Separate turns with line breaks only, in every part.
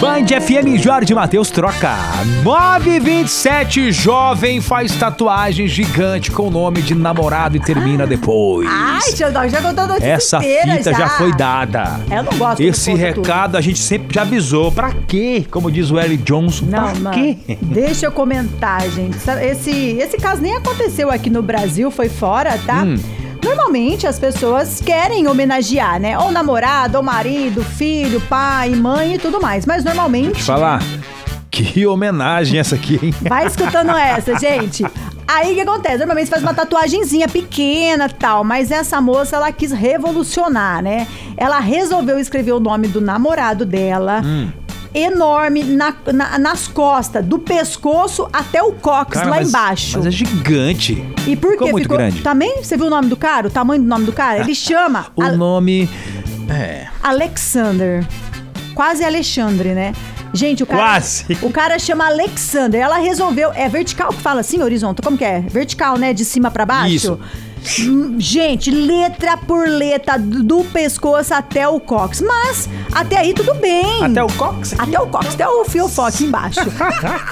Band FM Jorge Matheus troca. 927 jovem faz tatuagem gigante com o nome de namorado e termina depois.
Ai, já, já contou a notícia
Essa
inteira
fita já. foi dada.
Eu não gosto quando
Esse
conta
recado a gente sempre já avisou. Pra quê? Como diz o Eric Johnson,
Não,
pra
não.
quê?
Deixa eu comentar, gente. Sabe, Esse, esse caso nem aconteceu aqui no Brasil, foi fora, tá?
Hum.
Normalmente as pessoas querem homenagear, né? Ou namorado, ou marido, filho, pai, mãe e tudo mais. Mas normalmente.
Deixa eu falar. Que homenagem essa aqui, hein?
Vai escutando essa, gente. Aí o que acontece? Normalmente você faz uma tatuagenzinha pequena tal, mas essa moça ela quis revolucionar, né? Ela resolveu escrever o nome do namorado dela.
Hum.
Enorme na- na- nas costas, do pescoço até o cox lá
mas-
embaixo.
Mas é gigante.
E por
Ficou
que
muito grande.
Também? Você viu o nome do cara? O tamanho do nome do cara? Ele chama
O
Ale-
nome. É.
Alexander. Quase Alexandre, né? Gente, o cara.
Quase.
O cara chama Alexander. Ela resolveu. É vertical que fala assim, horizontal? Como que é? Vertical, né? De cima pra baixo?
Isso.
Hum, Gente, letra por letra, do do pescoço até o cox. Mas, até aí tudo bem.
Até o cox aqui?
Até o cox, até o fio aqui embaixo.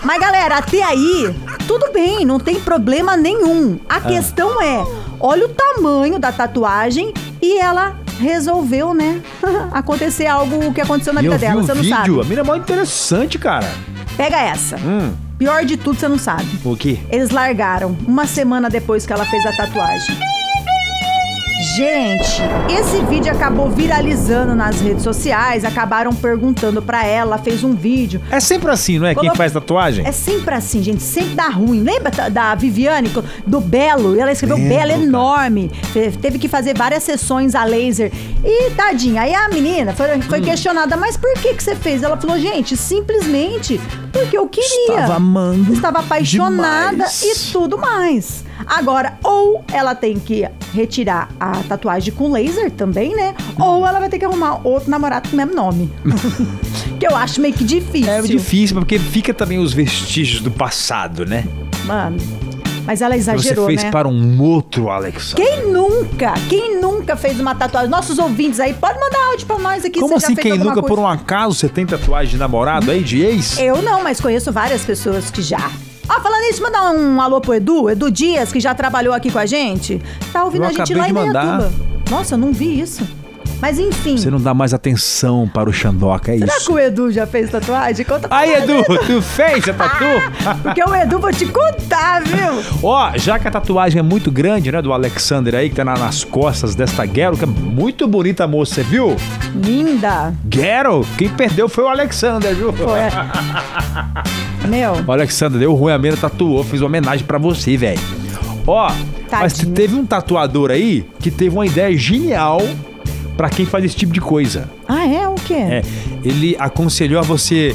Mas, galera, até aí, tudo bem, não tem problema nenhum.
Ah.
A questão é, olha o tamanho da tatuagem e ela resolveu, né, acontecer algo que aconteceu na
E eu
vida
vi
dela,
o
você não
vídeo. A
sabe.
mina é mó interessante, cara.
Pega essa.
Hum,
Pior de tudo, você não sabe.
o quê?
Eles largaram uma semana depois que ela fez a tatuagem. Gente, esse vídeo acabou viralizando nas redes sociais, acabaram perguntando pra ela, fez um vídeo.
É sempre assim, não é? Quem
Coloca-
faz tatuagem?
É sempre assim, gente, sempre dá ruim. Lembra da- da Viviane, co- do Belo? Ela escreveu
Lembro,
Belo
cara.
enorme. Te- Teve que fazer várias sessões a laser. E tadinha, aí a menina foi,
Hum.
foi questionada, mas por que que você fez? Ela falou, gente, simplesmente porque eu queria.
Estava amando
Estava apaixonada
demais.
e tudo mais. Agora, ou ela tem que retirar a tatuagem com laser também, né?
Hum.
Ou ela vai ter que arrumar outro namorado com o mesmo nome. que eu acho meio que difícil.
É difícil, porque fica também os vestígios do passado, né?
Mano, mas ela
Que você
exagerou,
fez
né?
para um outro Alex.
Quem nunca, quem nunca fez uma tatuagem? Nossos ouvintes aí, pode mandar áudio pra nós aqui.
Como
você já
assim
fez
quem
alguma
nunca,
coisa? É.
por um acaso, você tem tatuagem de namorado aí, de ex?
Eu não, mas conheço várias pessoas que já. Ó, falando nisso, mandar um alô pro Edu, Edu Dias, que já trabalhou aqui com a gente. Tá ouvindo
Eu
a gente
acabei
lá em
de mandar.
Indaiatuba. Nossa, eu não vi isso. Mas enfim,
Você não dá mais atenção para o Xandoca, é
será que
isso.
o Edu já fez tatuagem? Conta pra
Aí,
nós, né?
Edu, tu fez a tatu?
Porque o Edu, vou te contar, viu?
Ó, já que a tatuagem é muito grande, né, do Alexander aí, que tá na- nas costas desta Gero, que é muito bonita a moça, você viu?
Linda.
Gero, quem perdeu foi o Alexander, viu?
Foi. Meu,
O Alexander deu ruim, a mina tatuou, fiz uma homenagem pra você, velho. Ó, mas te-
Tadinho.
teve um tatuador aí que teve uma ideia genial pra quem faz esse tipo de coisa.
ah é? O quê?
É, ele aconselhou a você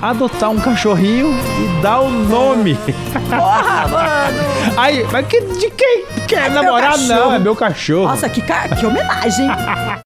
adotar um cachorrinho e dar o nome.
Porra, mano!
Aí, mas que, de quem? Que é namorado? Não,
cachorro.
é meu cachorro.
Nossa, que, ca- que homenagem!